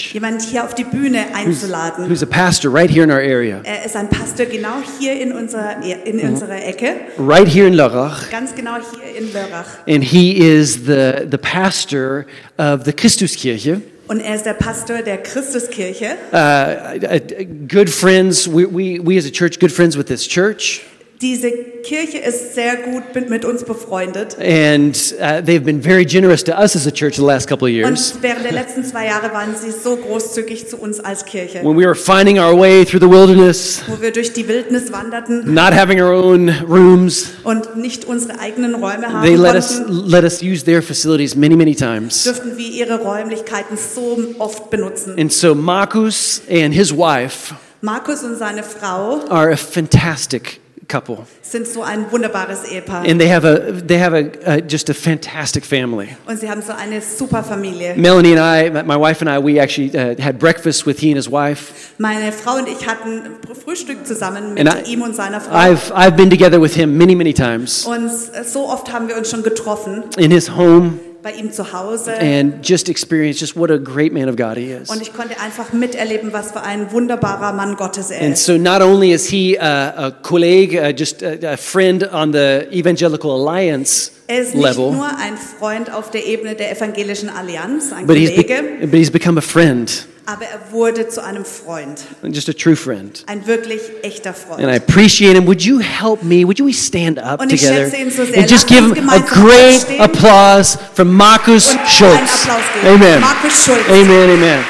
jemand hier auf die Bühne einzuladen. who's a pastor right here in our area, Er ist ein Pastor genau hier in unserer, in Mhm. unserer Ecke, right here in Lörrach. ganz genau hier in Lörrach. And he is the, the pastor of the Christuskirche. Und er ist der Pastor der Christuskirche. Uh, I- I- good friends, we, we, we as a church, good friends with this church. Diese Kirche ist sehr gut mit- mit uns befreundet. And uh, they've been very generous to us as a church the last couple of years. Und während der letzten zwei Jahre waren sie so großzügig zu uns als Kirche. When we were finding our way through the wilderness, Wo wir durch die Wildnis wanderten not having our own rooms, und nicht unsere eigenen Räume haben they let us, konnten, let us use their facilities many, many times. dürften wir ihre Räumlichkeiten so oft benutzen. And so Marcus and his wife Markus und seine Frau are a fantastic couple. sind so ein wunderbares Ehepaar. And they have a, they have a, a just a fantastic family. Und sie haben so eine super Familie. Melanie and I, my- my wife and I, we actually uh, had breakfast with he and his wife. Meine Frau und ich hatten Frühstück zusammen mit And I- ihm und seiner Frau. I've, I've been together with him many, many times und so oft haben wir uns schon getroffen in his home bei ihm zu Hause. and just experienced just what a great man of God he is. und ich konnte einfach miterleben, was für ein wunderbarer Mann Gottes er And ist. so not only is he uh, a colleague, uh, just a, a friend on the Evangelical Alliance Er ist nicht level, nur ein Freund auf der Ebene der Evangelischen Allianz, ein but he's, be- Kollege, but he's become a friend, aber er wurde zu einem Freund, just a true friend. ein wirklich echter And I Freund. appreciate him. Would you help me? Would you we stand up Und ich together schätze ihn so sehr. and Lasst just give uns him a gemeinsam great aufstehen. applause from Markus Und einen Schulz? Applaus geben. Amen. Markus Schulz. Amen. Amen.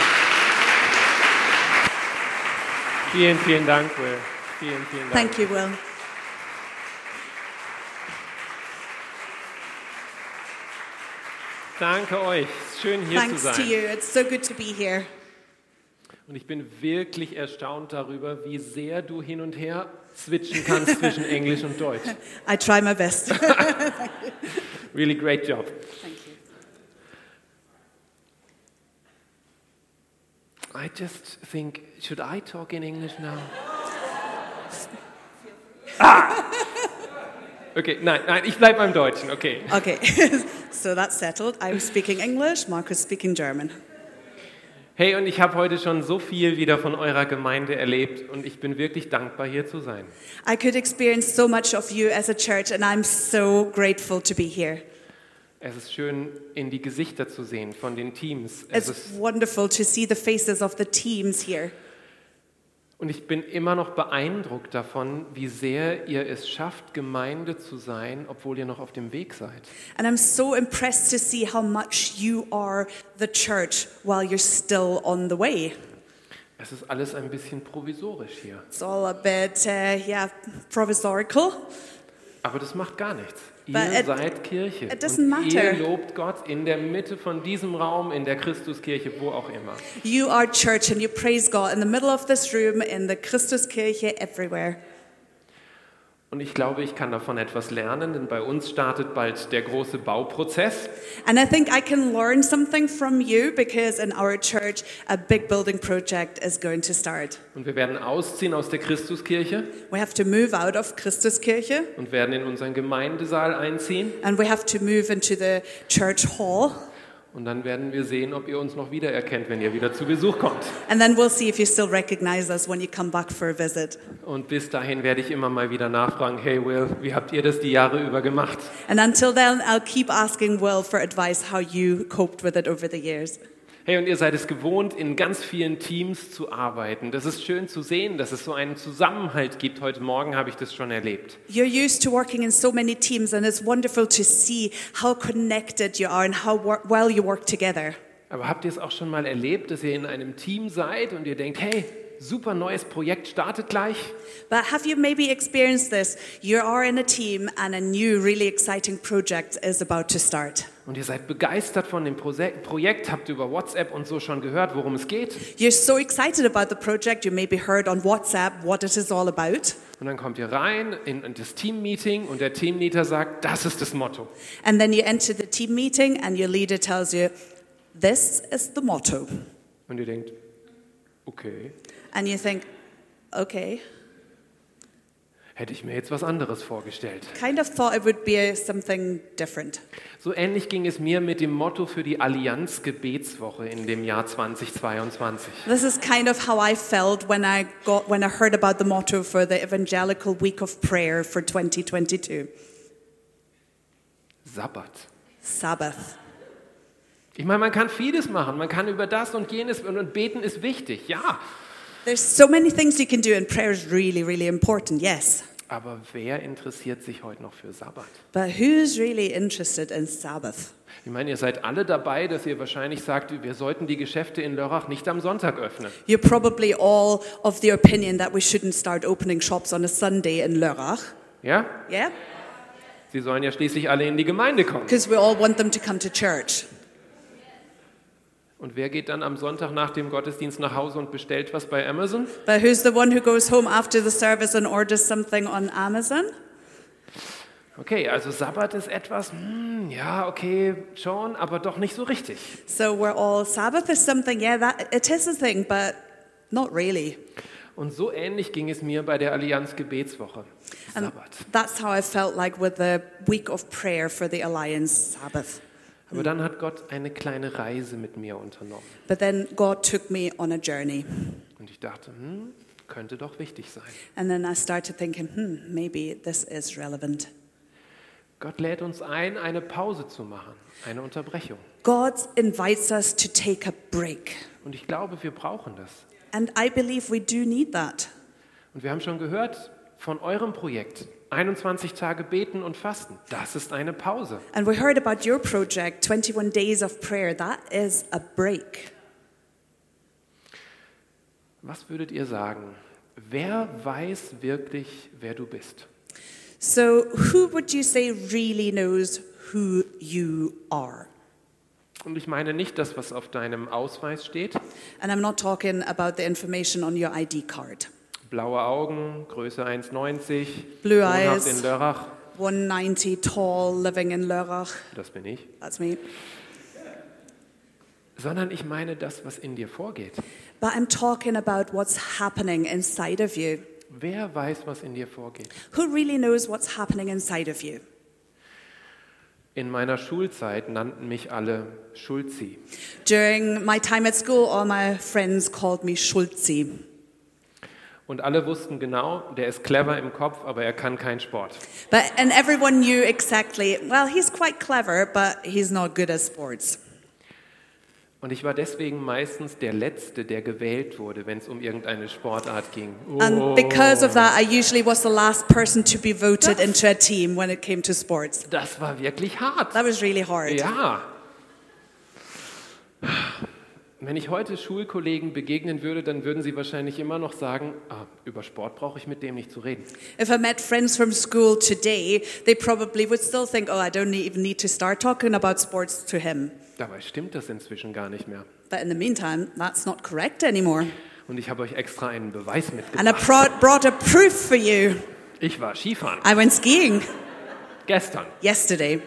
Vielen, vielen Dank, Will. Vielen, vielen Dank. Thank you, Will. Danke euch. Es ist Schön hier zu Thanks to sein. you. It's so good to be here. Und ich bin wirklich erstaunt darüber, wie sehr du hin und her switchen kannst zwischen Englisch und Deutsch. I try my best. Really great job. I just think, should I talk in English now? ah! Okay, nein, nein, ich bleibe beim Deutschen, okay. Okay, so that's settled. I'm speaking English, Marcus speaking German. Hey, und ich habe heute schon so viel wieder von eurer Gemeinde erlebt und ich bin wirklich dankbar, hier zu sein. I could experience so much of you as a church, and I'm so grateful to be here. Es ist schön, in die Gesichter zu sehen von den Teams. Es It's ist, wonderful to see the faces of the teams here. und ich bin immer noch beeindruckt davon, wie sehr ihr es schafft, Gemeinde zu sein, obwohl ihr noch auf dem Weg seid. And I'm so impressed to see how much you are the church while you're still on the way. Es ist alles ein bisschen provisorisch hier. It's all a bit, uh, yeah, provisorical. Aber das macht gar nichts. But Ihr it- seid Kirche. it doesn't und ihr matter. lobt Gott in der Mitte von diesem Raum, in der Christuskirche, wo auch immer. You are church and you praise God in the middle of this room, in the Christuskirche, everywhere. Und ich glaube, ich kann davon etwas lernen, denn bei uns startet bald der große Bauprozess. And I think I can learn something from you because in our church, a big building project is going to start. Und wir werden ausziehen aus der Christuskirche We have to move out of Christuskirche und werden in unseren Gemeindesaal einziehen. and we have to move into the church hall. Und dann werden wir sehen, ob ihr uns noch wiedererkennt, wenn ihr wieder zu Besuch kommt. And then we'll see if you still recognize us when you come back for a visit. Und bis dahin werde ich immer mal wieder nachfragen, hey Will, wie habt ihr das die Jahre über gemacht? And until then, I'll keep asking Will for advice how you coped with it over the years. Hey, und ihr seid es gewohnt, in ganz vielen Teams zu arbeiten. Das ist schön zu sehen, dass es so einen Zusammenhalt gibt. Heute Morgen habe ich das schon erlebt. You're used to working in so many teams, and it's wonderful to see how connected you are and how wor- well you work together. Aber habt ihr es auch schon mal erlebt, dass ihr in einem Team seid und ihr denkt, hey, super neues Projekt startet gleich? But have you maybe experienced this? You are in a team, and a new, really exciting project is about to start. Und ihr seid begeistert von dem Prose Projekt, habt über WhatsApp und so schon gehört, worum es geht. You're so excited about the project, you maybe heard on WhatsApp what it is all about. Und dann kommt ihr rein in, in das Teammeeting und der Teamleader sagt, das ist das Motto. And then you enter the team meeting, and your leader tells you, This is the motto. Und ihr denkt, okay. And you think, okay. Hätte ich mir jetzt was anderes vorgestellt. Kind of thought it would be something different. So ähnlich ging es mir mit dem Motto für die Allianz Gebetswoche in dem Jahr 2022. This is kind of how I felt when I got when I heard about the motto for the Evangelical Week of Prayer for 2022. Sabbat. Sabbath. Ich meine, man kann vieles machen. Man kann über das und jenes und, und beten ist wichtig, ja. There's so many things you can do and prayer is really really important. Yes. Aber wer interessiert sich heute noch für Sabbat? But who's really interested in Sabbath? Ich meine, ihr seid alle dabei, dass ihr wahrscheinlich sagt, wir sollten die Geschäfte in Lörrach nicht am Sonntag öffnen. You're probably all of the opinion that we shouldn't start opening shops on a Sunday in Lörrach. Ja? Yeah? Sie sollen ja schließlich alle in die Gemeinde kommen. Because we all want them to come to church. Und wer geht dann am Sonntag nach dem Gottesdienst nach Hause und bestellt was bei Amazon? But who's the one who goes home after the service and orders something on Amazon? Okay, also Sabbat ist etwas, hm, ja, okay, schon, aber doch nicht so richtig. So we're all Sabbath is something, yeah, that it is a thing, but not really. Und so ähnlich ging es mir bei der Allianz Gebetswoche. Ähm, Sabbat. That's how I felt like with the week of prayer for the Alliance Sabbath. Aber dann hat Gott eine kleine Reise mit mir unternommen. But then God took me on a journey, Und ich dachte, hm, könnte doch wichtig sein. and then I started thinking, hmm, maybe this is relevant. Gott lädt uns ein, eine Pause zu machen, eine Unterbrechung. God invites us to take a break, Und ich glaube, wir brauchen das. and I believe we do need that. Und wir haben schon gehört von eurem Projekt, 21 Tage beten und fasten. Das ist eine Pause. And we heard about your project, 21 Days of Prayer. That is a break. Was würdet ihr sagen? Wer weiß wirklich, wer du bist? So, who would you say really knows who you are? Und ich meine nicht das, was auf deinem Ausweis steht. And I'm not talking about the information on your ID card. Blaue Augen, Größe 1,90, Blue wohnhaft eyes. in Lörrach. 190 tall, living in Lörrach. Das bin ich. That's me. Sondern ich meine das, was in dir vorgeht. But I'm talking about what's happening inside of you. Wer weiß, was in dir vorgeht? Who really knows what's happening inside of you? In meiner Schulzeit nannten mich alle Schulzi. During my time at school, all my friends called me Schulzi. Und alle wussten genau, der ist clever im Kopf, aber er kann keinen Sport. But, and everyone knew exactly, well, he's quite clever, but he's not good at sports. Und ich war deswegen meistens der Letzte, der gewählt wurde, wenn es um irgendeine Sportart ging. And because of that, I usually was the last person to be voted into a team when it came to sports. Das war wirklich hart. That was really hard. Ja. Wenn ich heute Schulkollegen begegnen würde, dann würden sie wahrscheinlich immer noch sagen, ah, über Sport brauche ich mit dem nicht zu reden. If I met friends from school today, they probably would still think, oh, I don't need- even need to start talking about sports to him. Dabei stimmt das inzwischen gar nicht mehr. But in the meantime, that's not correct anymore. Und ich habe euch extra einen Beweis And I mitgebracht. brought, brought a proof for you. Ich war Skifahren I went skiing gestern. yesterday.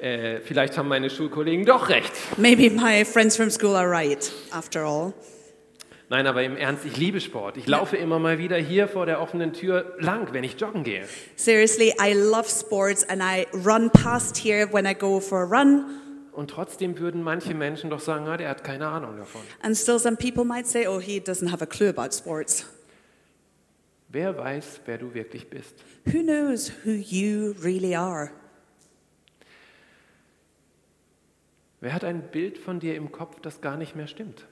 Äh, vielleicht haben meine Schulkollegen doch recht. Maybe my friends from school are right, after all. Nein, aber im Ernst, ich liebe Sport. Ich laufe immer mal wieder hier vor der offenen Tür lang, wenn ich joggen gehe. Seriously, I love sports and I run past here when I go for a run. Und trotzdem würden manche Menschen doch sagen, ah, der hat keine Ahnung davon. And still, some people might say, oh, he doesn't have a clue about sports. Wer weiß, wer du wirklich bist? Who knows who you really are? Wer hat ein Bild von dir im Kopf, das gar nicht mehr stimmt?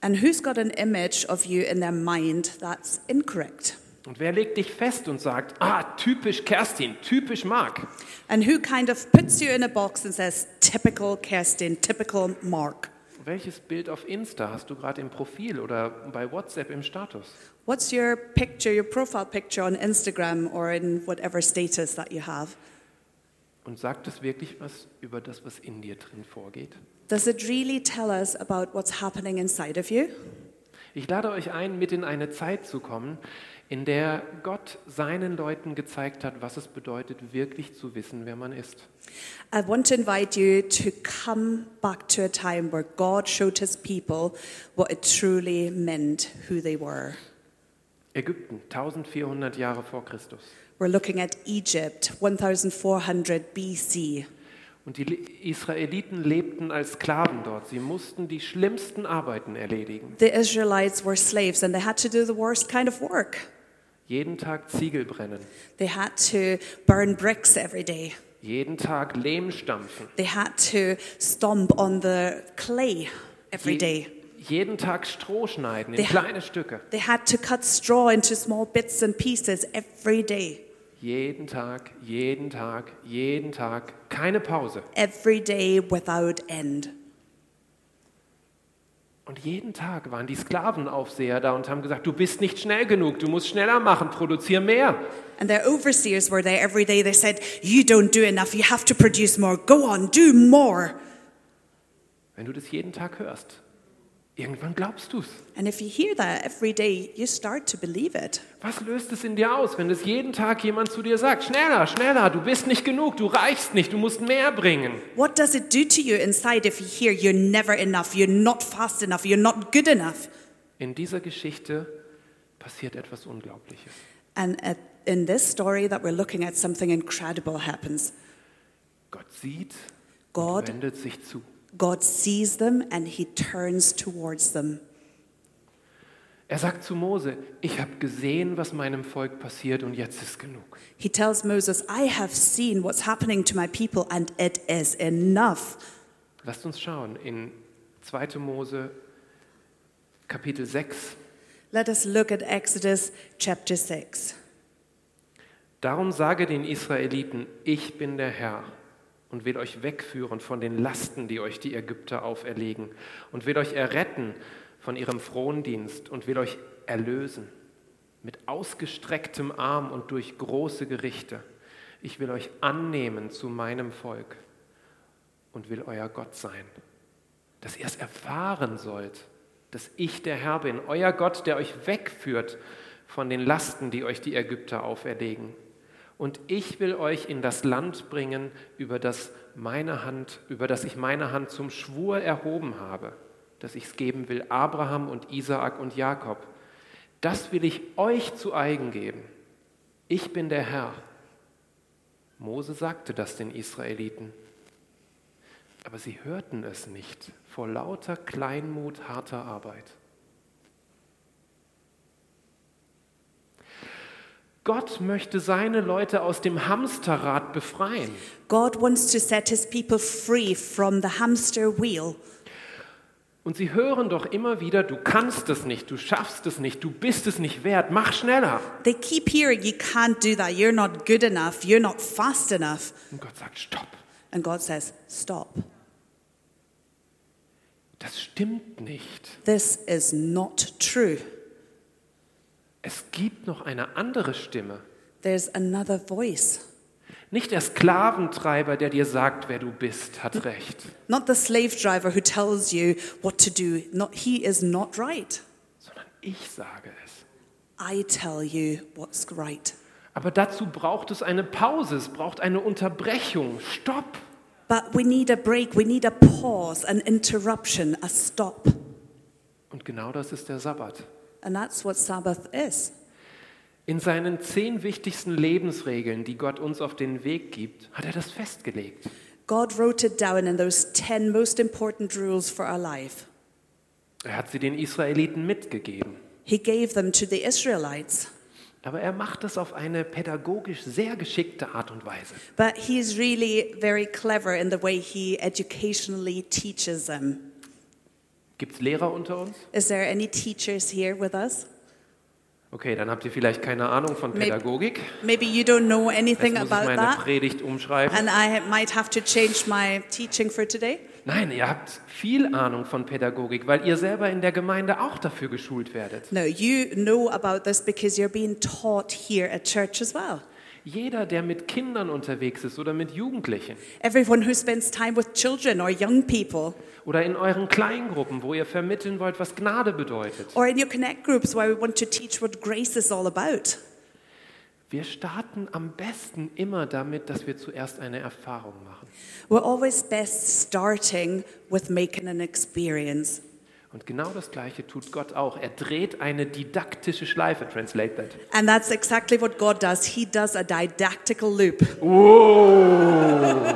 And who's got an image of you in their mind that's incorrect? Und wer legt dich fest und sagt, ah, typisch Kerstin, typisch Marc? And who kind of puts you in a box and says, typical Kirsten, typical Mark? Welches Bild auf Insta hast du gerade im Profil oder bei WhatsApp im Status? What's your picture, your profile picture on Instagram or in whatever status that you have? Und sagt es wirklich was über das, was in dir drin vorgeht? Does it really tell us about what's happening inside of you? Ich lade euch ein, mit in eine Zeit zu kommen, in der Gott seinen Leuten gezeigt hat, was es bedeutet, wirklich zu wissen, wer man ist. I want to invite you to come back to a time where God showed his people what it truly meant who they were. Ägypten, 1400 Jahre vor Christus. We're looking at Egypt, 1400 BC. Und die Le- Israeliten lebten als Sklaven dort. Sie mussten die schlimmsten Arbeiten erledigen. The Israelites were slaves and they had to do the worst kind of work. Jeden Tag Ziegel brennen, They had to burn bricks every day. jeden Tag Lehm stampfen, They had to stomp on the clay every day. jeden Tag Stroh schneiden in Der- kleine Stücke, They had to cut straw into small bits and pieces every day. jeden Tag, jeden Tag, jeden Tag, keine Pause. Every day without end. Und jeden Tag waren die Sklavenaufseher da und haben gesagt, du bist nicht schnell genug, du musst schneller machen, produzier mehr. And their overseers were there every day. They said, You don't do enough. You have to produce more. Go on, do more. Wenn du das jeden Tag hörst, irgendwann glaubst du's. And if you hear that every day, you start to believe it. Was löst es in dir aus, wenn es jeden Tag jemand zu dir sagt, schneller, schneller, du bist nicht genug, du reichst nicht, du musst mehr bringen? What does it do to you inside if you hear you're never enough, you're not fast enough, you're not good enough? In dieser Geschichte passiert etwas Unglaubliches. And at, in this story that we're looking at, something incredible happens. Gott sieht Gott- und wendet sich zu. God sees them and he turns towards them. Er sagt zu Mose, ich habe gesehen, was meinem Volk passiert und jetzt ist genug. He tells Moses, I have seen what's happening to my people and it is enough. Lasst uns schauen in 2. Mose Kapitel 6. Let us look at Exodus chapter 6. Darum sage den Israeliten, ich bin der Herr und will euch wegführen von den Lasten, die euch die Ägypter auferlegen und will euch erretten von ihrem Frondienst und will euch erlösen mit ausgestrecktem Arm und durch große Gerichte. Ich will euch annehmen zu meinem Volk und will euer Gott sein, dass ihr es erfahren sollt, dass ich der Herr bin, euer Gott, der euch wegführt von den Lasten, die euch die Ägypter auferlegen. Und ich will euch in das Land bringen, über das meine Hand, über das ich meine Hand zum Schwur erhoben habe, dass ich es geben will Abraham und Isaak und Jakob. Das will ich euch zu eigen geben. Ich bin der Herr. Mose sagte das den Israeliten. Aber sie hörten es nicht vor lauter Kleinmut harter Arbeit. Gott möchte seine Leute aus dem Hamsterrad befreien. God wants to set his people free from the hamster wheel. Und sie hören doch immer wieder, du kannst es nicht, du schaffst es nicht, du bist es nicht wert, mach schneller. They keep hearing, You can't do that. You're not good enough. You're not fast enough. Und Gott sagt, stopp, And God says, Stop. das stimmt nicht. This is not true. Es gibt noch eine andere Stimme. There's another voice. Nicht der Sklaventreiber, der dir sagt, wer du bist, hat recht, Not the slave driver who tells you what to do. Not, he is not right. sondern ich sage es. I tell you what's right. Aber dazu braucht es eine Pause, es braucht eine Unterbrechung. Stopp! But we need a break. We need a pause, an interruption, a stop. Und genau das ist der Sabbat. And that's what Sabbath is. In seinen zehn wichtigsten Lebensregeln, die Gott uns auf den Weg gibt, hat er das festgelegt. God wrote it down in those 10 most important rules for our life. Er hat sie den Israeliten mitgegeben. He gave them to the Israelites. Aber er macht es auf eine pädagogisch sehr geschickte Art und Weise. But he's really very clever in the way he educationally teaches them. Gibt es Lehrer unter uns? Is there any teachers here with us? Okay, dann habt ihr vielleicht keine Ahnung von Maybe- Pädagogik. Maybe you don't know anything Jetzt muss ich about meine that. Predigt umschreiben. And I might have to change my teaching for today. Nein, ihr habt viel Ahnung von Pädagogik, weil ihr selber in der Gemeinde auch dafür geschult werdet. No, you know about this because you're being taught here at church as well. Jeder, der mit Kindern unterwegs ist oder mit Jugendlichen Everyone who spends time with children or young people, oder in euren Kleingruppen, wo ihr vermitteln wollt, was Gnade bedeutet. or in your connect groups where we want to teach what grace is all about, Wir starten am besten immer damit, dass wir zuerst eine Erfahrung machen. we're always best starting with making an experience. Und genau das Gleiche tut Gott auch. Er dreht eine didaktische Schleife. Translate that. And that's exactly what God does. He does a didactical loop. Oh.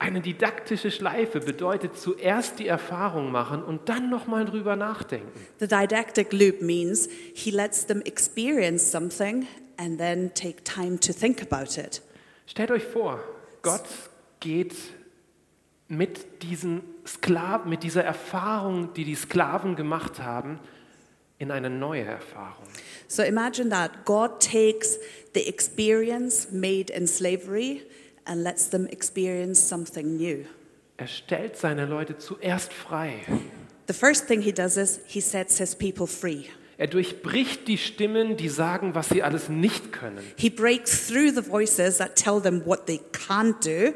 Eine didaktische Schleife bedeutet zuerst die Erfahrung machen und dann nochmal drüber nachdenken. The didactic loop means He lets them experience something and then take time to think about it. Stellt euch vor, Gott geht mit diesen Sklaven, mit dieser Erfahrung, die die Sklaven gemacht haben, in eine neue Erfahrung. So imagine that God takes the experience made in slavery and lets them experience something new. Er stellt seine Leute zuerst frei. The first thing He does is He sets His people free. Er durchbricht die Stimmen, die sagen, was sie alles nicht können. He breaks through the voices that tell them what they can't do,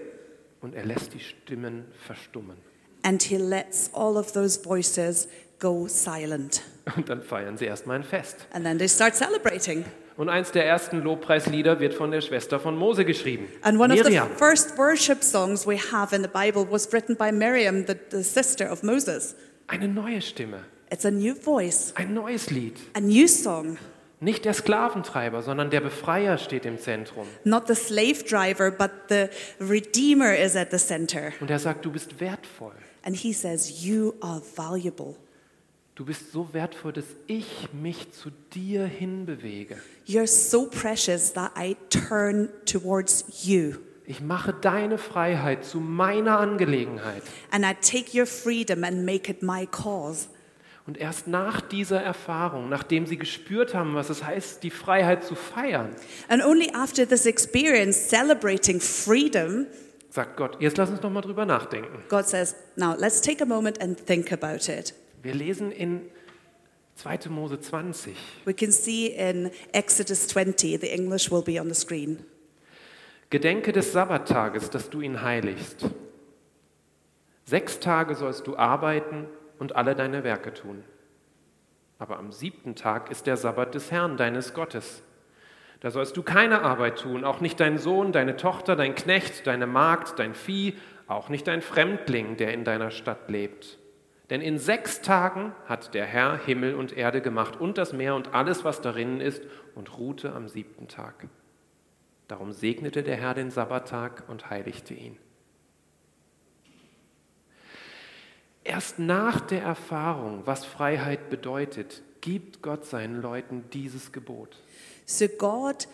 Und er lässt die Stimmen verstummen. and He lets all of those voices go silent. Und dann feiern sie erstmal ein Fest. And then they start celebrating. Und eins der ersten Lobpreislieder wird von der Schwester von Mose geschrieben. And one of the Miriam. first worship songs we have in the Bible was written by Miriam, the, the sister of Moses. Eine neue Stimme, It's a new voice, ein neues Lied. a new song. Nicht der Sklaventreiber, sondern der Befreier steht im Zentrum. Not the slave driver, but the Redeemer is at the center. Und er sagt, du bist wertvoll. And he says, You are valuable. Du bist so wertvoll, dass ich mich zu dir hinbewege. You're so precious that I turn towards you. Ich mache deine Freiheit zu meiner Angelegenheit. And I take your freedom and make it my cause. Und erst nach dieser Erfahrung, nachdem sie gespürt haben, was es heißt, die Freiheit zu feiern, And only after this experience celebrating freedom, sagt Gott, jetzt lass uns noch mal drüber nachdenken. God says, Now let's take a moment and think about it. Wir lesen in 2. Mose 20, We can see in Exodus 20, the English will be on the screen. Gedenke des Sabbattages, dass du ihn heiligst. Sechs Tage sollst du arbeiten und alle deine Werke tun. Aber am siebten Tag ist der Sabbat des Herrn, deines Gottes. Da sollst du keine Arbeit tun, auch nicht dein Sohn, deine Tochter, dein Knecht, deine Magd, dein Vieh, auch nicht dein Fremdling, der in deiner Stadt lebt. Denn in sechs Tagen hat der Herr Himmel und Erde gemacht und das Meer und alles, was darin ist, und ruhte am siebten Tag. Darum segnete der Herr den Sabbattag und heiligte ihn. Erst nach der Erfahrung, was Freiheit bedeutet, gibt Gott seinen Leuten dieses Gebot. So God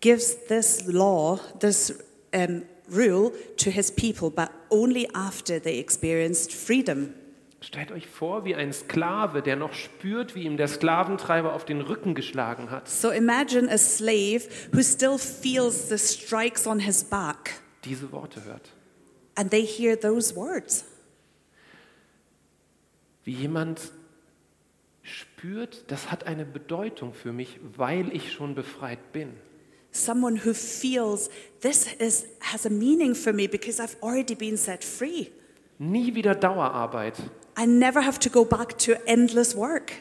gives this law, this um, rule to his people, but only after they experienced freedom. Stellt euch vor, wie ein Sklave, der noch spürt, wie ihm der Sklaventreiber auf den Rücken geschlagen hat, So imagine a slave who still feels the strikes on his back, diese Worte hört. and they hear those words. Wie jemand spürt, das hat eine Bedeutung für mich, weil ich schon befreit bin. Someone who feels this is, has a meaning for me because I've already been set free. Nie wieder Dauerarbeit, I never have to go back to endless work.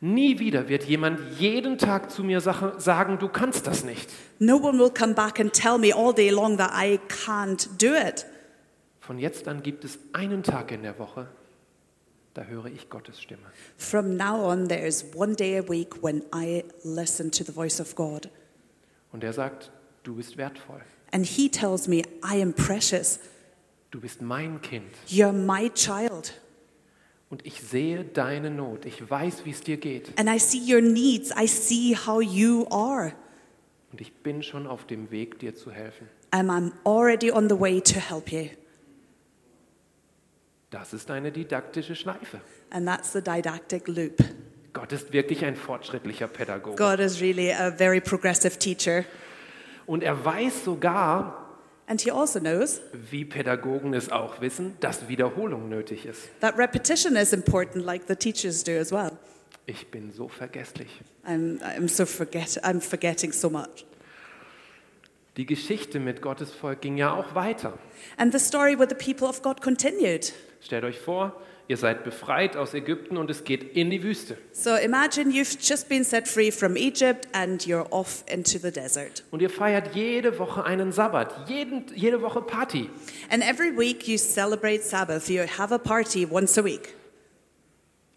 Nie wieder wird jemand jeden Tag zu mir Sache- sagen, du kannst das nicht. No one will come back and tell me all day long that I can't do it. Von jetzt an gibt es einen Tag in der Woche, da höre ich Gottes Stimme. From now on, there is one day a week when I listen to the voice of God. Und er sagt, du bist wertvoll, And He tells me, I am precious. du bist mein Kind You're my child. und ich sehe deine Not, ich weiß, wie es dir geht And I see your needs. I see how you are. und ich bin schon auf dem Weg, dir zu helfen. And I'm already on the way to help you. Das ist eine didaktische Schleife. And that's the didactic loop. Gott ist wirklich ein fortschrittlicher Pädagoge. God is really a very progressive teacher. Und er weiß sogar, And He also knows wie Pädagogen es auch wissen, dass Wiederholung nötig ist. that repetition is important, like the teachers do as well. Ich bin so vergesslich. I'm, I'm so forget, I'm forgetting so much. Die Geschichte mit Gottes Volk ging ja auch weiter. And the story with the people of God continued. Stellt euch vor, ihr seid befreit aus Ägypten und es geht in die Wüste. So imagine you've just been set free from Egypt and you're off into the desert. Und ihr feiert jede Woche einen Sabbat, jeden, jede Woche Party. And every week you celebrate Sabbath, you have a party once a week.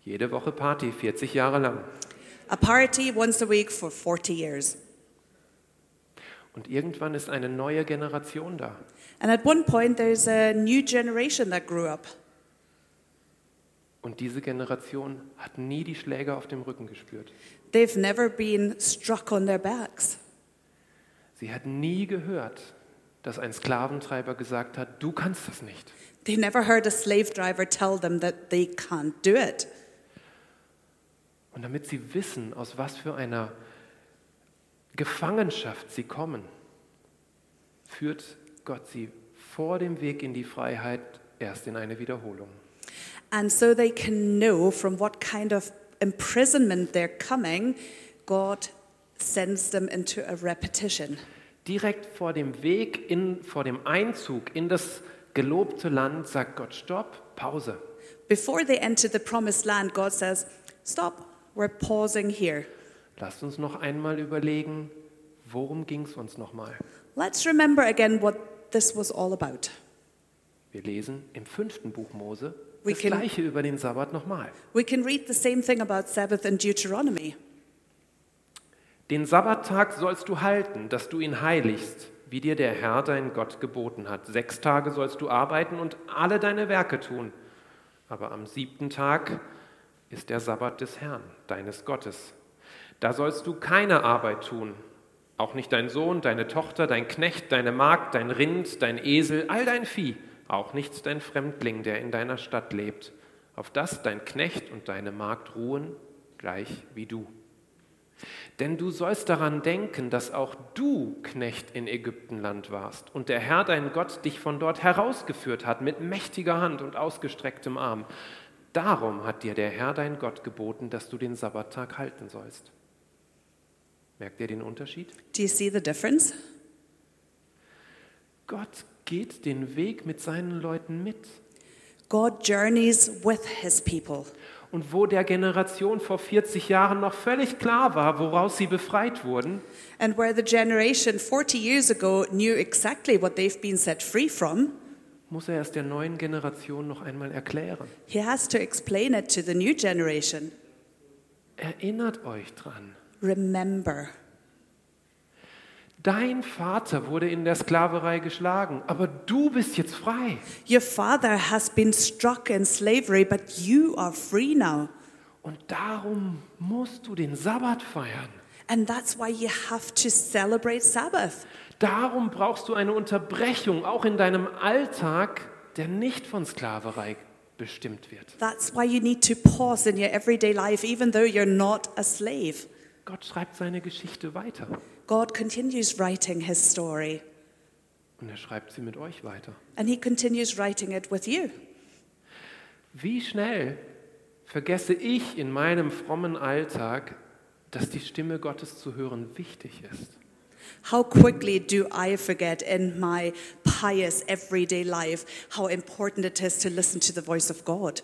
Jede Woche Party, 40 Jahre lang. A party once a week for 40 years. Und irgendwann ist eine neue Generation da. And at one point, there's a new generation that grew up. Und diese Generation hat nie die Schläge auf dem Rücken gespürt. They've never been struck on their backs. Sie hat nie gehört, dass ein Sklaventreiber gesagt hat, du kannst das nicht. They never heard a slave driver tell them that they can't do it. Und damit sie wissen, aus was für einer Gefangenschaft sie kommen, führt Gott sie vor dem Weg in die Freiheit erst in eine Wiederholung. And so they can know from what kind of imprisonment they're coming, God sends them into a repetition. Direkt vor dem Weg, in, vor dem Einzug in das gelobte Land sagt Gott, stopp, Pause. Before they enter the promised land, God says, Stop, we're pausing here. Lasst uns noch einmal überlegen, worum ging es uns nochmal? Let's remember again what this was all about. Wir lesen im fünften Buch Mose We das can- gleiche über den Sabbat nochmal. We can read the same thing about Sabbath in Deuteronomy. Den Sabbattag sollst du halten, dass du ihn heiligst, wie dir der Herr dein Gott geboten hat. Sechs Tage sollst du arbeiten und alle deine Werke tun. Aber am siebten Tag ist der Sabbat des Herrn, deines Gottes. Da sollst du keine Arbeit tun. Auch nicht dein Sohn, deine Tochter, dein Knecht, deine Magd, dein Rind, dein Esel, all dein Vieh. Auch nicht dein Fremdling, der in deiner Stadt lebt. Auf das dein Knecht und deine Magd ruhen, gleich wie du. Denn du sollst daran denken, dass auch du Knecht in Ägyptenland warst und der Herr dein Gott dich von dort herausgeführt hat mit mächtiger Hand und ausgestrecktem Arm. Darum hat dir der Herr dein Gott geboten, dass du den Sabbattag halten sollst. Merkt ihr den Unterschied? Do you see the difference? Gott geht den Weg mit seinen Leuten mit. God journeys with his people. Und wo der Generation vor 40 Jahren noch völlig klar war, woraus sie befreit wurden, And where the generation 40 years ago knew exactly what they've been set free from, muss er es der neuen Generation noch einmal erklären. he has to explain it to the new generation. Erinnert euch dran. Remember, Dein Vater wurde in der Sklaverei geschlagen, aber du bist jetzt frei. your father has been struck in slavery, but you are free now. Und darum musst du den Sabbat feiern. And that's why you have to celebrate Sabbath. Darum brauchst du eine Unterbrechung, auch in deinem Alltag, der nicht von Sklaverei bestimmt wird. That's why you need to pause in your everyday life, even though you're not a slave. Gott schreibt seine Geschichte weiter God continues writing his story, und er schreibt sie mit euch weiter. and he continues writing it with you. Wie schnell vergesse ich in meinem frommen Alltag, dass die Stimme Gottes zu hören wichtig ist. How quickly do I forget in my pious everyday life how important it is to listen to the voice of God?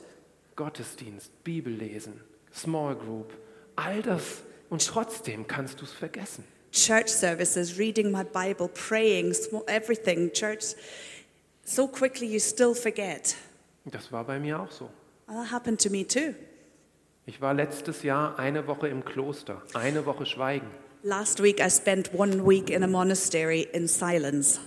Gottesdienst, Bibellesen, Small Group, all das. Und trotzdem kannst du es vergessen. Church services, reading my Bible, praying, sm- everything, church. So quickly you still forget. Das war bei mir auch so. And that happened to me too. Ich war letztes Jahr eine Woche im Kloster, eine Woche Schweigen. Last week I spent one week in a monastery in silence.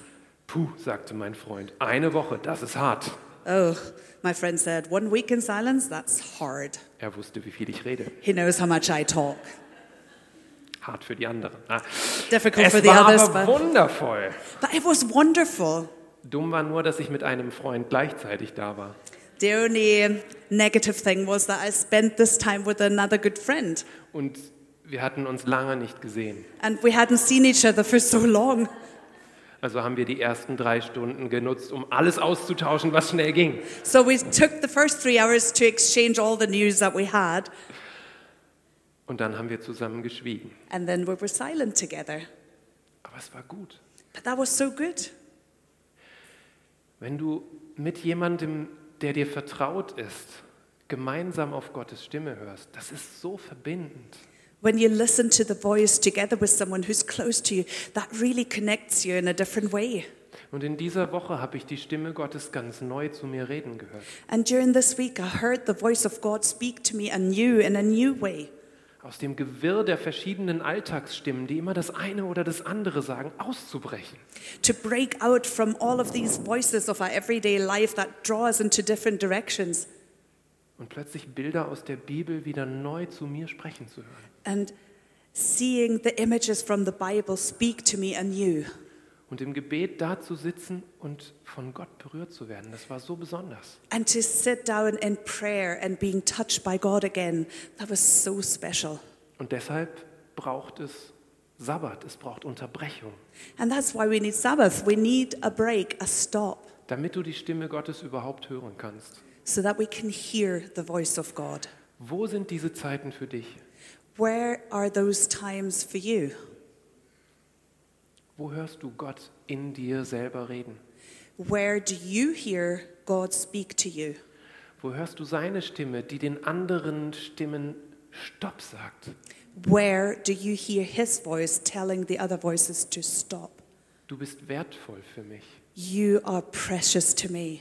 Puh, sagte mein Freund, eine Woche, das ist hart. Oh, my friend said, one week in silence? That's hard. Er wusste, wie viel ich rede. He knows how much I talk. Hart für die anderen. Ah. Difficult for Es the war others, aber but, wundervoll. but it was wonderful. Dumm war nur, dass ich mit einem Freund gleichzeitig da war. The only negative thing was that I spent this time with another good friend, Und wir hatten uns lange nicht gesehen. and we hadn't seen each other for so long. Also haben wir die ersten drei Stunden genutzt, um alles auszutauschen, was schnell ging. So we took the first three hours to exchange all the news that we had, Und dann haben wir zusammen geschwiegen. and then we were silent together. Aber es war gut. But that was so good. Wenn du mit jemandem, der dir vertraut ist, gemeinsam auf Gottes Stimme hörst, das ist so verbindend. When you listen to the voice together with someone who's close to you, that really connects you in a different way. Und in dieser Woche habe ich die Stimme Gottes ganz neu zu mir reden gehört. And during this week, I heard the voice of God speak to me anew in a new way. Aus dem Gewirr der verschiedenen Alltagsstimmen, die immer das eine oder das andere sagen, auszubrechen. to break out from all of these voices of our everyday life that draw us into different directions Und plötzlich Bilder aus der Bibel wieder neu zu mir sprechen zu hören. and seeing the images from the Bible speak to me anew. Und im Gebet da zu sitzen und von Gott berührt zu werden, das war so besonders. And to sit down in prayer and being touched by God again, that was so special. Und deshalb braucht es Sabbat, es braucht Unterbrechung, And that's why we need Sabbath. We need a break, a stop, damit du die Stimme Gottes überhaupt hören kannst. so that we can hear the voice of God. Wo sind diese Zeiten für dich? Where are those times for you? Wo hörst du Gott in dir selber reden? Where do you hear God speak to you? Wo hörst du seine Stimme, die den anderen Stimmen Stopp sagt? Where do you hear his voice telling the other voices to stop? Du bist wertvoll für mich You are precious to me,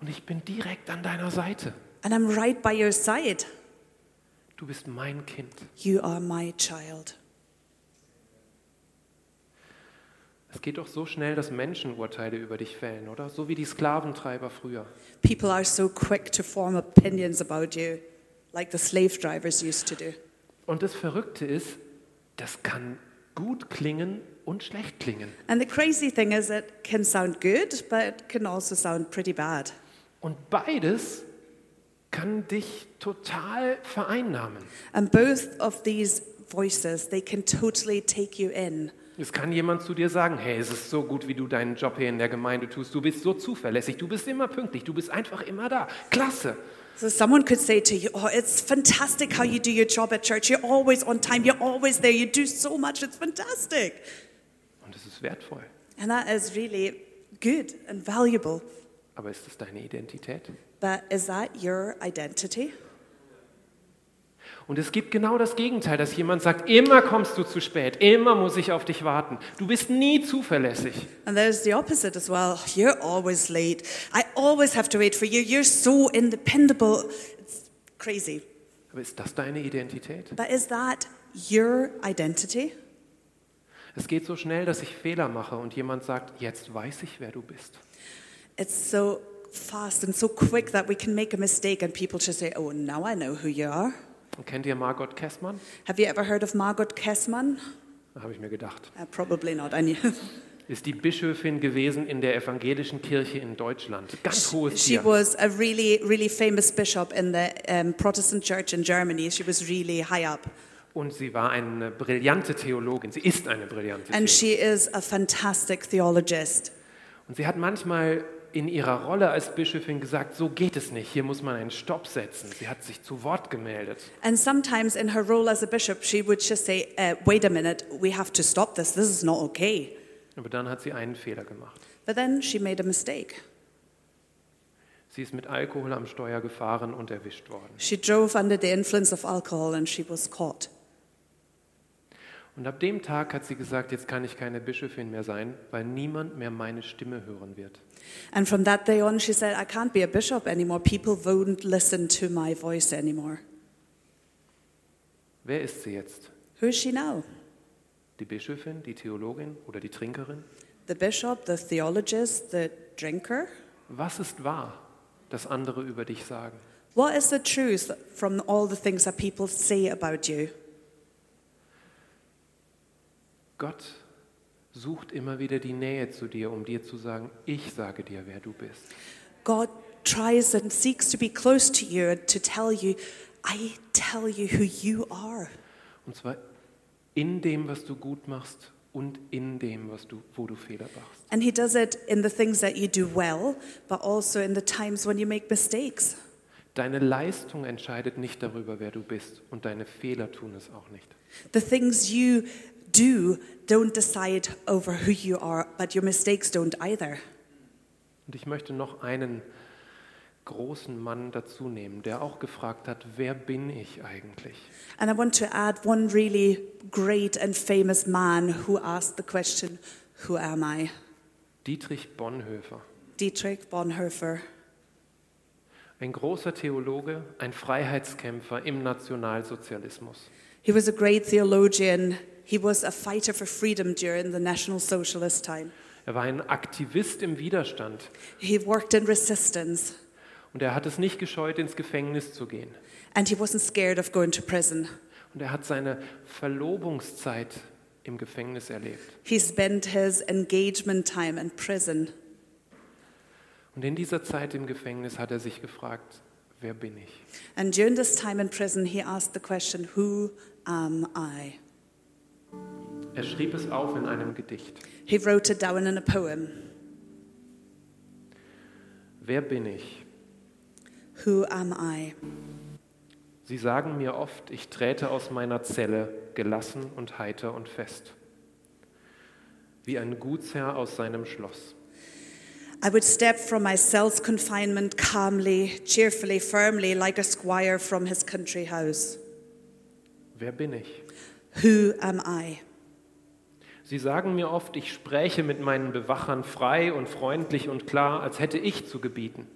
und ich bin direkt an deiner Seite. and I'm right by your side. Du bist mein Kind. You are my child. Es geht doch so schnell, dass Menschen Urteile über dich fällen, oder? So wie die Sklaventreiber früher. People are so quick to form opinions about you, like the slave drivers used to do. Und das Verrückte ist, das kann gut klingen und schlecht klingen. And the crazy thing is, it can sound good, but it can also sound pretty bad. Und beides kann dich total vereinnahmen. And both of these voices, they can totally take you in. Es kann jemand zu dir sagen, hey, es ist so gut, wie du deinen Job hier in der Gemeinde tust. Du bist so zuverlässig, du bist immer pünktlich, du bist einfach immer da. Klasse. So someone could say to you, "Oh, it's fantastic how you do your job at church. You're always on time. You're always there. You do so much. It's fantastic." Und es ist wertvoll. And that is really good and valuable. Aber ist das deine Identität? But is that your identity? Und es gibt genau das Gegenteil, dass jemand sagt, immer kommst du zu spät, immer muss ich auf dich warten. Du bist nie zuverlässig. And there's the opposite as well. You're always late. I always have to wait for you. You're so independable. It's crazy. Aber ist das deine Identität? But is that your identity? Es geht so schnell, dass ich Fehler mache und jemand sagt, jetzt weiß ich, wer du bist. It's so fast and so quick that we can make a mistake and people just say, "Oh, now I know who you are." Und kennt ihr Margot Kessmann? Have you ever heard of Margot Kessmann? Habe ich mir gedacht. Uh, probably not. I knew. Ist die Bischöfin gewesen in der evangelischen Kirche in Deutschland. Ganz hohes she Tier. was a really, really famous bishop in the um, Protestant church in Germany. She was really high up. Und sie war eine brillante Theologin. Sie ist eine brillante And Theologin. she is a fantastic theologist. Und sie hat manchmal in ihrer Rolle als Bischöfin gesagt, so geht es nicht, hier muss man einen Stopp setzen. Sie hat sich zu Wort gemeldet. And sometimes in her role as a bishop, she would just say, uh, wait a minute, we have to stop this. This is not okay. Aber dann hat sie einen Fehler gemacht. But then she made a mistake. Sie ist mit Alkohol am Steuer gefahren und erwischt worden. She drove under the influence of alcohol and she was caught. Und ab dem Tag hat sie gesagt, jetzt kann ich keine Bischöfin mehr sein, weil niemand mehr meine Stimme hören wird. And from that day on, she said, I can't be a bishop anymore. People won't listen to my voice anymore. Wer ist sie jetzt? Who is she now? Die Bischöfin, die Theologin oder die Trinkerin? The bishop, the theologist, the drinker? Was ist wahr, dass andere über dich sagen? What is the truth from all the things that people say about you? Gott sucht immer wieder die Nähe zu dir, um dir zu sagen, ich sage dir, wer du bist. God tries and seeks to be close to you and to tell you, I tell you who you are. Und zwar in dem, was du gut machst und in dem, was du, wo du Fehler machst. And He does it in the things that you do well, but also in the times when you make mistakes. Deine Leistung entscheidet nicht darüber, wer du bist und deine Fehler tun es auch nicht. The things you do don't decide over who you are, but your mistakes don't either. Und ich möchte noch einen großen Mann dazu nehmen, der auch gefragt hat, wer bin ich eigentlich? And I want to add one really great and famous man who asked the question, Who am I? Dietrich Bonhoeffer, Dietrich Bonhoeffer. ein großer Theologe, ein Freiheitskämpfer im Nationalsozialismus. He was a great theologian. He was a fighter for freedom during the National Socialist time. Er war ein Aktivist im Widerstand He worked in resistance und er hat es nicht gescheut, ins Gefängnis zu gehen. and he wasn't scared of going to prison. Und er hat seine Verlobungszeit im Gefängnis erlebt. He spent his engagement time in prison. Und in dieser Zeit im Gefängnis hat er sich gefragt, wer bin ich? And during this time in prison, he asked the question, Who am I? Er schrieb es auf in einem Gedicht. He wrote it down in a poem Wer bin ich? Who am I? Sie sagen mir oft, ich träte aus meiner Zelle, gelassen und heiter und fest, wie ein Gutsherr aus seinem Schloss. I would step from my cell's confinement calmly, cheerfully, firmly, like a squire from his country house. Wer bin ich? Who am I? Sie sagen mir oft, ich spräche mit meinen Bewachern frei und freundlich und klar, als hätte ich zu gebieten.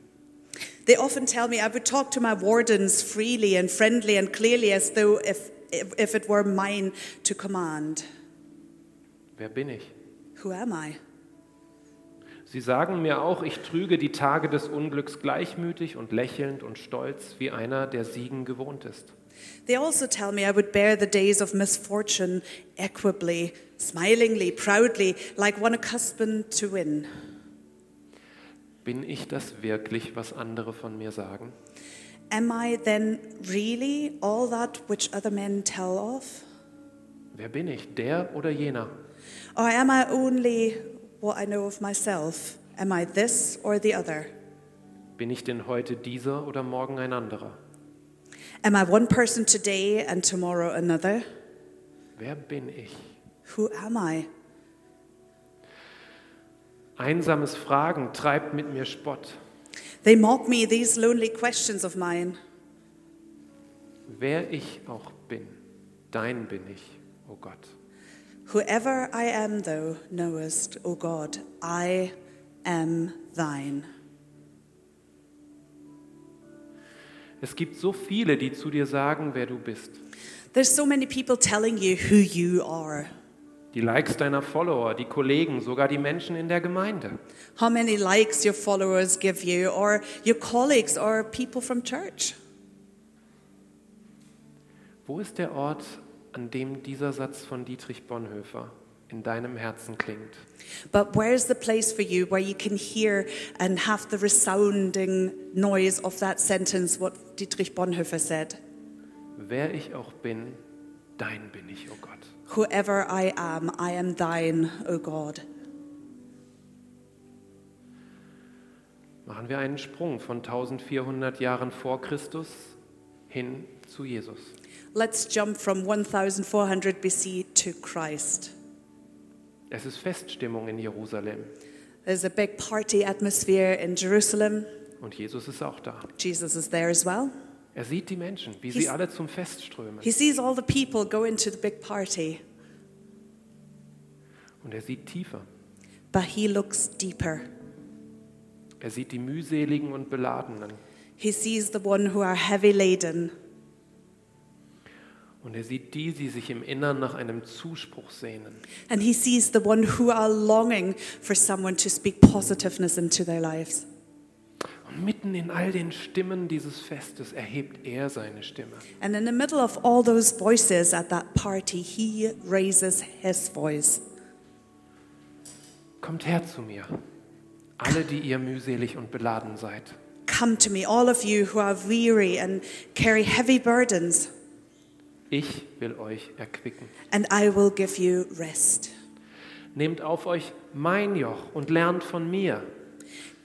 They often tell me I would talk to my wardens freely and friendly and clearly as though if, if, if it were mine to command. Wer bin ich? Who am I? Sie sagen mir auch, ich trüge die Tage des Unglücks gleichmütig und lächelnd und stolz wie einer, der Siegen gewohnt ist. They also tell me I would bear the days of misfortune equably, smilingly, proudly, like one accustomed to win. Bin ich das wirklich, was andere von mir sagen? Am I then really all that which other men tell of? Wer bin ich, der oder jener? Or am I only what I know of myself? Am I this or the other? Bin ich denn heute dieser oder morgen ein anderer? Am I one person today and tomorrow another? Wer bin ich? Who am I? Einsames Fragen treibt mit mir Spott. They mock me, these lonely questions of mine. Wer ich auch bin, dein bin ich, o oh Gott. Whoever I am, thou knowest, O God, I am thine. Es gibt so viele, die zu dir sagen, wer du bist. There's so many people telling you who you are. Die Likes deiner Follower, die Kollegen, sogar die Menschen in der Gemeinde. How many likes your followers give you, or your colleagues, or people from church? Wo ist der Ort, an dem dieser Satz von Dietrich Bonhoeffer in deinem Herzen klingt? But where's the place for you where you can hear and have the resounding noise of that sentence, what Dietrich Bonhoeffer said? Wer ich auch bin, dein bin ich, o oh Gott. Whoever I am, I am thine, O God. Machen wir einen Sprung von 1400 Jahren vor Christus hin zu Jesus. Let's jump from 1400 BC to Christ. Es ist Feststimmung in Jerusalem There's a big party atmosphere in Jerusalem. und Jesus ist auch da. Jesus is there as well. Er sieht die Menschen, wie He's- sie alle zum Fest strömen. He sees all the people go into the big party, Und er sieht tiefer. but he looks deeper. Er sieht die mühseligen und Beladenen. He sees the one who are heavy laden, Und er sieht die, die sich im Innern nach einem Zuspruch sehnen. and he sees the one who are longing for someone to speak positiveness into their lives. Und mitten in all den Stimmen dieses Festes erhebt er seine Stimme. And in the middle of all those voices at that party, he raises his voice. Kommt her zu mir, alle, die ihr mühselig und beladen seid. Come to me, all of you who are weary and carry heavy burdens, Ich will euch erquicken. and I will give you rest. Nehmt auf euch mein Joch und lernt von mir,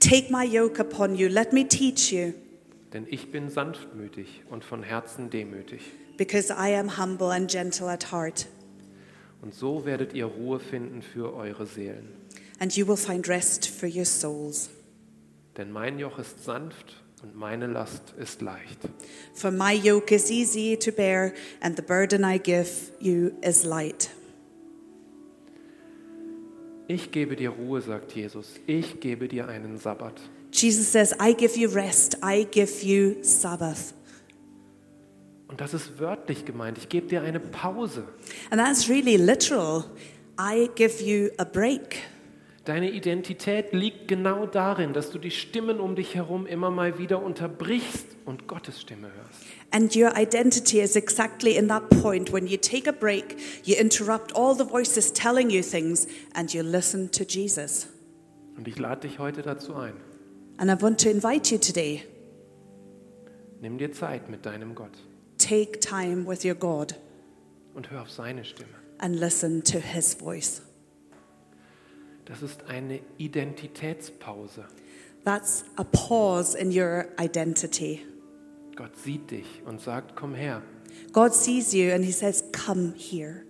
Take my yoke upon you, let me teach you, denn ich bin sanftmütig und von Herzen demütig. because I am humble and gentle at heart, Und so werdet ihr Ruhe finden für eure Seelen. and you will find rest for your souls. Denn mein Joch ist sanft und meine Last ist leicht. For my yoke is easy to bear, and the burden I give you is light. Ich gebe dir Ruhe, sagt Jesus. Ich gebe dir einen Sabbat. Jesus says, I give you rest, I give you Sabbath. Und das ist wörtlich gemeint. Ich gebe dir eine Pause. And that's really literal. I give you a break. Deine Identität liegt genau darin, dass du die Stimmen um dich herum immer mal wieder unterbrichst und Gottes Stimme hörst. And your identity is exactly in that point when you take a break, you interrupt all the voices telling you things, and you listen to Jesus. Und ich lade dich heute dazu ein. And I want to invite you today Nimm dir Zeit mit deinem Gott take time with your God und hör auf seine Stimme. and listen to his voice. Das ist eine Identitätspause. That's a pause in your identity. Gott sieht dich und sagt, komm her God sees you and he says, Come here.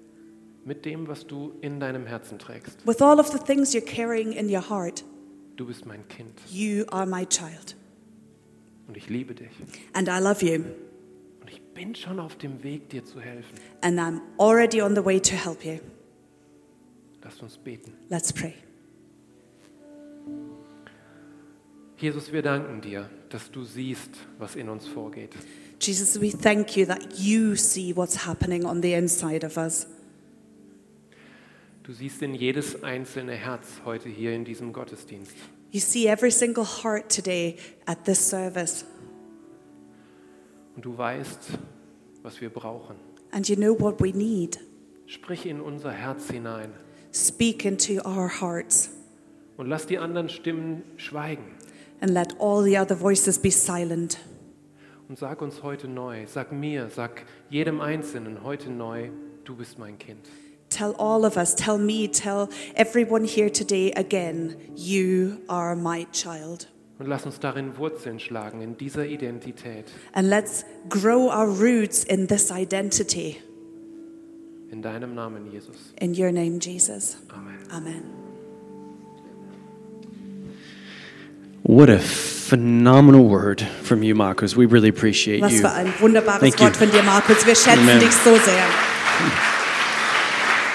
mit dem, was du in deinem Herzen trägst. With all of the things you're carrying in your heart, Du bist mein Kind you are my child, und ich liebe dich. and I love you, Und ich bin schon auf dem Weg, dir zu helfen. and I'm already on the way to help you. Lass uns beten. Let's pray. Jesus, wir danken dir, dass du siehst, was in uns vorgeht. Jesus, we thank you that you see what's happening on the inside of us. Du siehst in jedes einzelne Herz heute hier in diesem Gottesdienst. You see every single heart today at this service, Und du weißt, was wir brauchen. and you know what we need. Sprich in unser Herz hinein Speak into our hearts. und lass die anderen Stimmen schweigen. and let all the other voices be silent. Und sag uns heute neu, sag mir, sag jedem Einzelnen heute neu, du bist mein Kind. Tell all of us, tell me, tell everyone here today again, you are my child. Und lass uns darin Wurzeln schlagen, in dieser Identität, And let's grow our roots in this identity. in deinem Namen, Jesus. In your name, Jesus. Amen. Amen. What a phenomenal word from you, Marcus. We really appreciate Was you. für ein wunderbares Thank you. Wort von dir, Markus. Wir schätzen Amen. dich so sehr.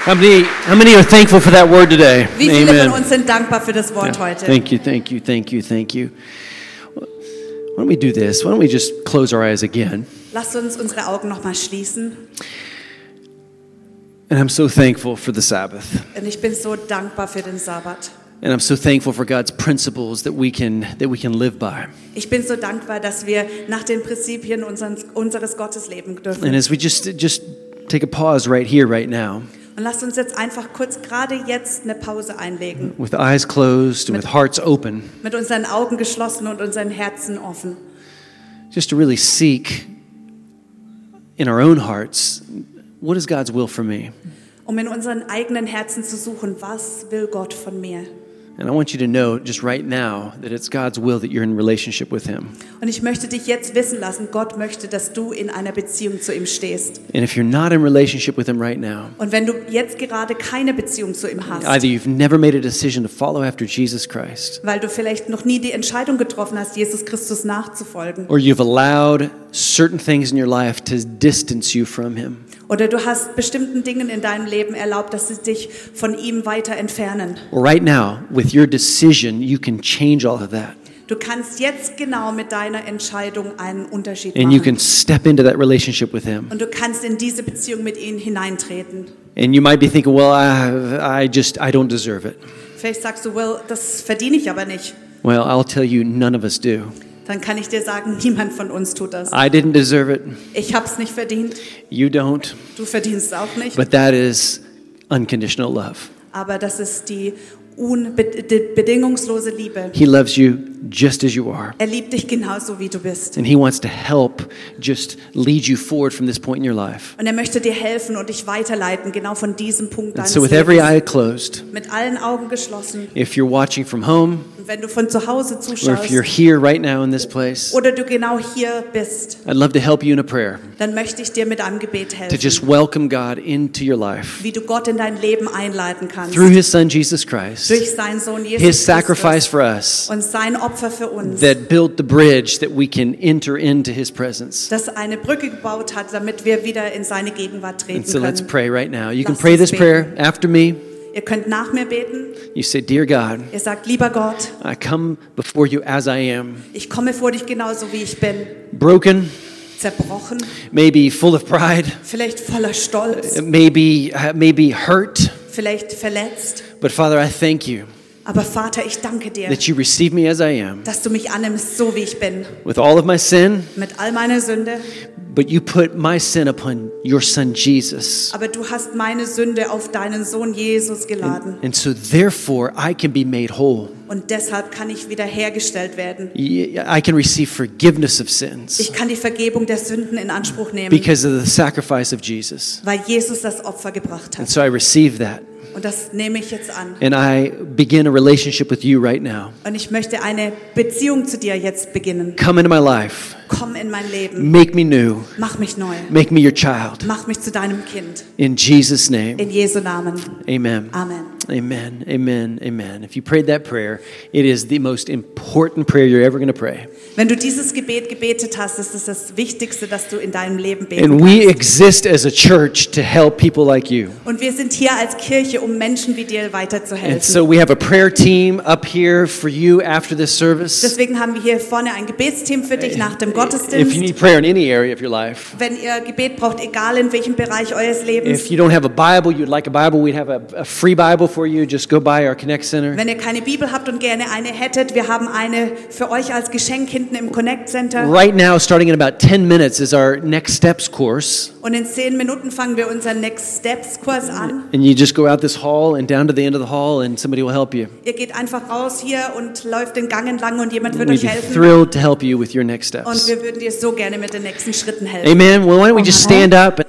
How many, how many are thankful for that word today? Wie viele Amen. von uns sind dankbar für das Wort heute? Thank you, thank you, thank you, thank you. Why don't we do this? Why don't we just close our eyes again? Lasst uns unsere Augen nochmal schließen. And I'm so thankful for the Sabbath. Und ich bin so dankbar für den Sabbat. And I'm so thankful for God's principles that we can that we can live by. Ich bin so dankbar, dass wir nach den Prinzipien unseren, unseres Gottes leben dürfen. And as we just just take a pause right here right now Und lasst uns jetzt einfach kurz gerade jetzt eine Pause einlegen. with eyes closed and with hearts open Mit unseren Augen geschlossen und unseren Herzen offen. just to really seek in our own hearts what is God's will for me? Um in unseren eigenen Herzen zu suchen, was will Gott von mir? And I want you to know just right now that it's God's will that you're in relationship with him. Und ich möchte dich jetzt wissen lassen, Gott möchte, dass du in einer Beziehung zu ihm stehst. And if you're not in relationship with him right now, Und wenn du jetzt gerade keine Beziehung zu ihm hast, Either you've never made a decision to follow after Jesus Christ, weil du vielleicht noch nie die Entscheidung getroffen hast, Jesus Christus nachzufolgen, or you've allowed certain things in your life to distance you from Him. oder du hast bestimmten Dingen in deinem Leben erlaubt, dass sie dich von ihm weiter entfernen. Well, right now, with your decision, you can change all of that. Du kannst jetzt genau mit deiner Entscheidung einen Unterschied And you machen. can step into that relationship with Him. Und du kannst in diese Beziehung mit ihnen hineintreten. And you might be thinking, well, I, I just, I don't deserve it. Vielleicht sagst du, well, das verdiene ich aber nicht. Well, I'll tell you, none of us do. Dann kann ich dir sagen, niemand von uns tut das. I didn't deserve it. Ich hab's nicht verdient, You don't. du verdienst auch nicht. But that is unconditional love. Aber das ist die, unbe die bedingungslose Liebe. He loves you just as you are. Er liebt dich genauso, wie du bist. And He wants to help just lead you forward from this point in your life. Und er möchte dir helfen und dich weiterleiten, genau von diesem Punkt And deines so, with every Lebens. eye closed, Mit allen Augen geschlossen. if you're watching from home Und wenn du von zu Hause or if zuschaust you're here right now in this place, oder du genau hier bist, I'd love to help you in a prayer dann möchte ich dir mit einem Gebet to helfen, just welcome God into your life wie du Gott in dein Leben einleiten kannst. through His Son, Jesus Christ, durch seinen Sohn Jesus His Christus sacrifice for us, und sein Opfer für uns, that built the bridge that we can enter into his presence. das eine Brücke gebaut hat, damit wir wieder in seine Gegenwart treten And so let's können. pray right now. You can Lasst pray uns this beten. prayer after me. Ihr könnt nach mir beten. You say, Dear God, Ihr sagt, lieber Gott, I come before you as I am, ich komme vor dich genauso, wie ich bin. broken, Zerbrochen, maybe full of pride, vielleicht voller Stolz, maybe, uh, maybe hurt. vielleicht verletzt. But Father, I thank you Aber Vater, ich danke dir, that you receive me as I am, dass du mich annimmst, so wie ich bin, with all of my sin, mit all meiner Sünde. but you put my sin upon your son Jesus. Aber du hast meine Sünde auf deinen Sohn Jesus geladen. And so, therefore, I can be made whole. Und deshalb kann ich wiederhergestellt werden. Y- I can receive forgiveness of sins Ich kann die Vergebung der Sünden in Anspruch nehmen, because of the sacrifice of Jesus. weil Jesus das Opfer gebracht And hat. so, I receive that. Und das nehme ich jetzt an. And I begin a relationship with you right now. Und ich möchte eine Beziehung zu dir jetzt beginnen. Come into my life, Komm in mein Leben. make me new, Mach mich neu. make me your child. Mach mich zu deinem Kind. In Jesus' name, In Jesu Namen. amen. Amen. Amen, amen, amen. If you prayed that prayer, it is the most important prayer you're ever going to pray. Wenn du dieses Gebet gebetet hast, ist es das Wichtigste, das du in deinem Leben And betest. we exist as a church to help people like you. Und wir sind hier als Kirche, um Menschen wie dir And weiterzuhelfen. so we have a prayer team up here for you after this service. Deswegen haben wir hier vorne ein Gebetsteam für dich nach dem Äh, If you Gottesdienst. need prayer in any area of your life, Wenn ihr Gebet braucht, egal in welchem Bereich eures Lebens. if you don't have a Bible, you'd like a Bible, we'd have a, a free Bible for you. Just go by our Connect Center. Wenn ihr keine Bibel habt und gerne eine hättet, wir haben eine für euch als Geschenk hinten im Connect Center. Right now, starting in about 10 minutes, is our Next Steps course. Und in zehn Minuten fangen wir unseren Next Steps Kurs an. And you just go out this hall and down to the end of the hall, and somebody will help you. Ihr geht einfach raus hier und läuft den Gang entlang und jemand wird We'd euch be helfen. thrilled to help you with your next Und steps. wir würden dir so gerne mit den nächsten Schritten helfen. Amen. Well, why don't we just stand up and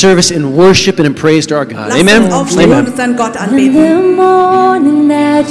service in worship and in praise to our God? Lasst Amen. uns aufstehen Amen. und unseren Gott In anbeten. the morning that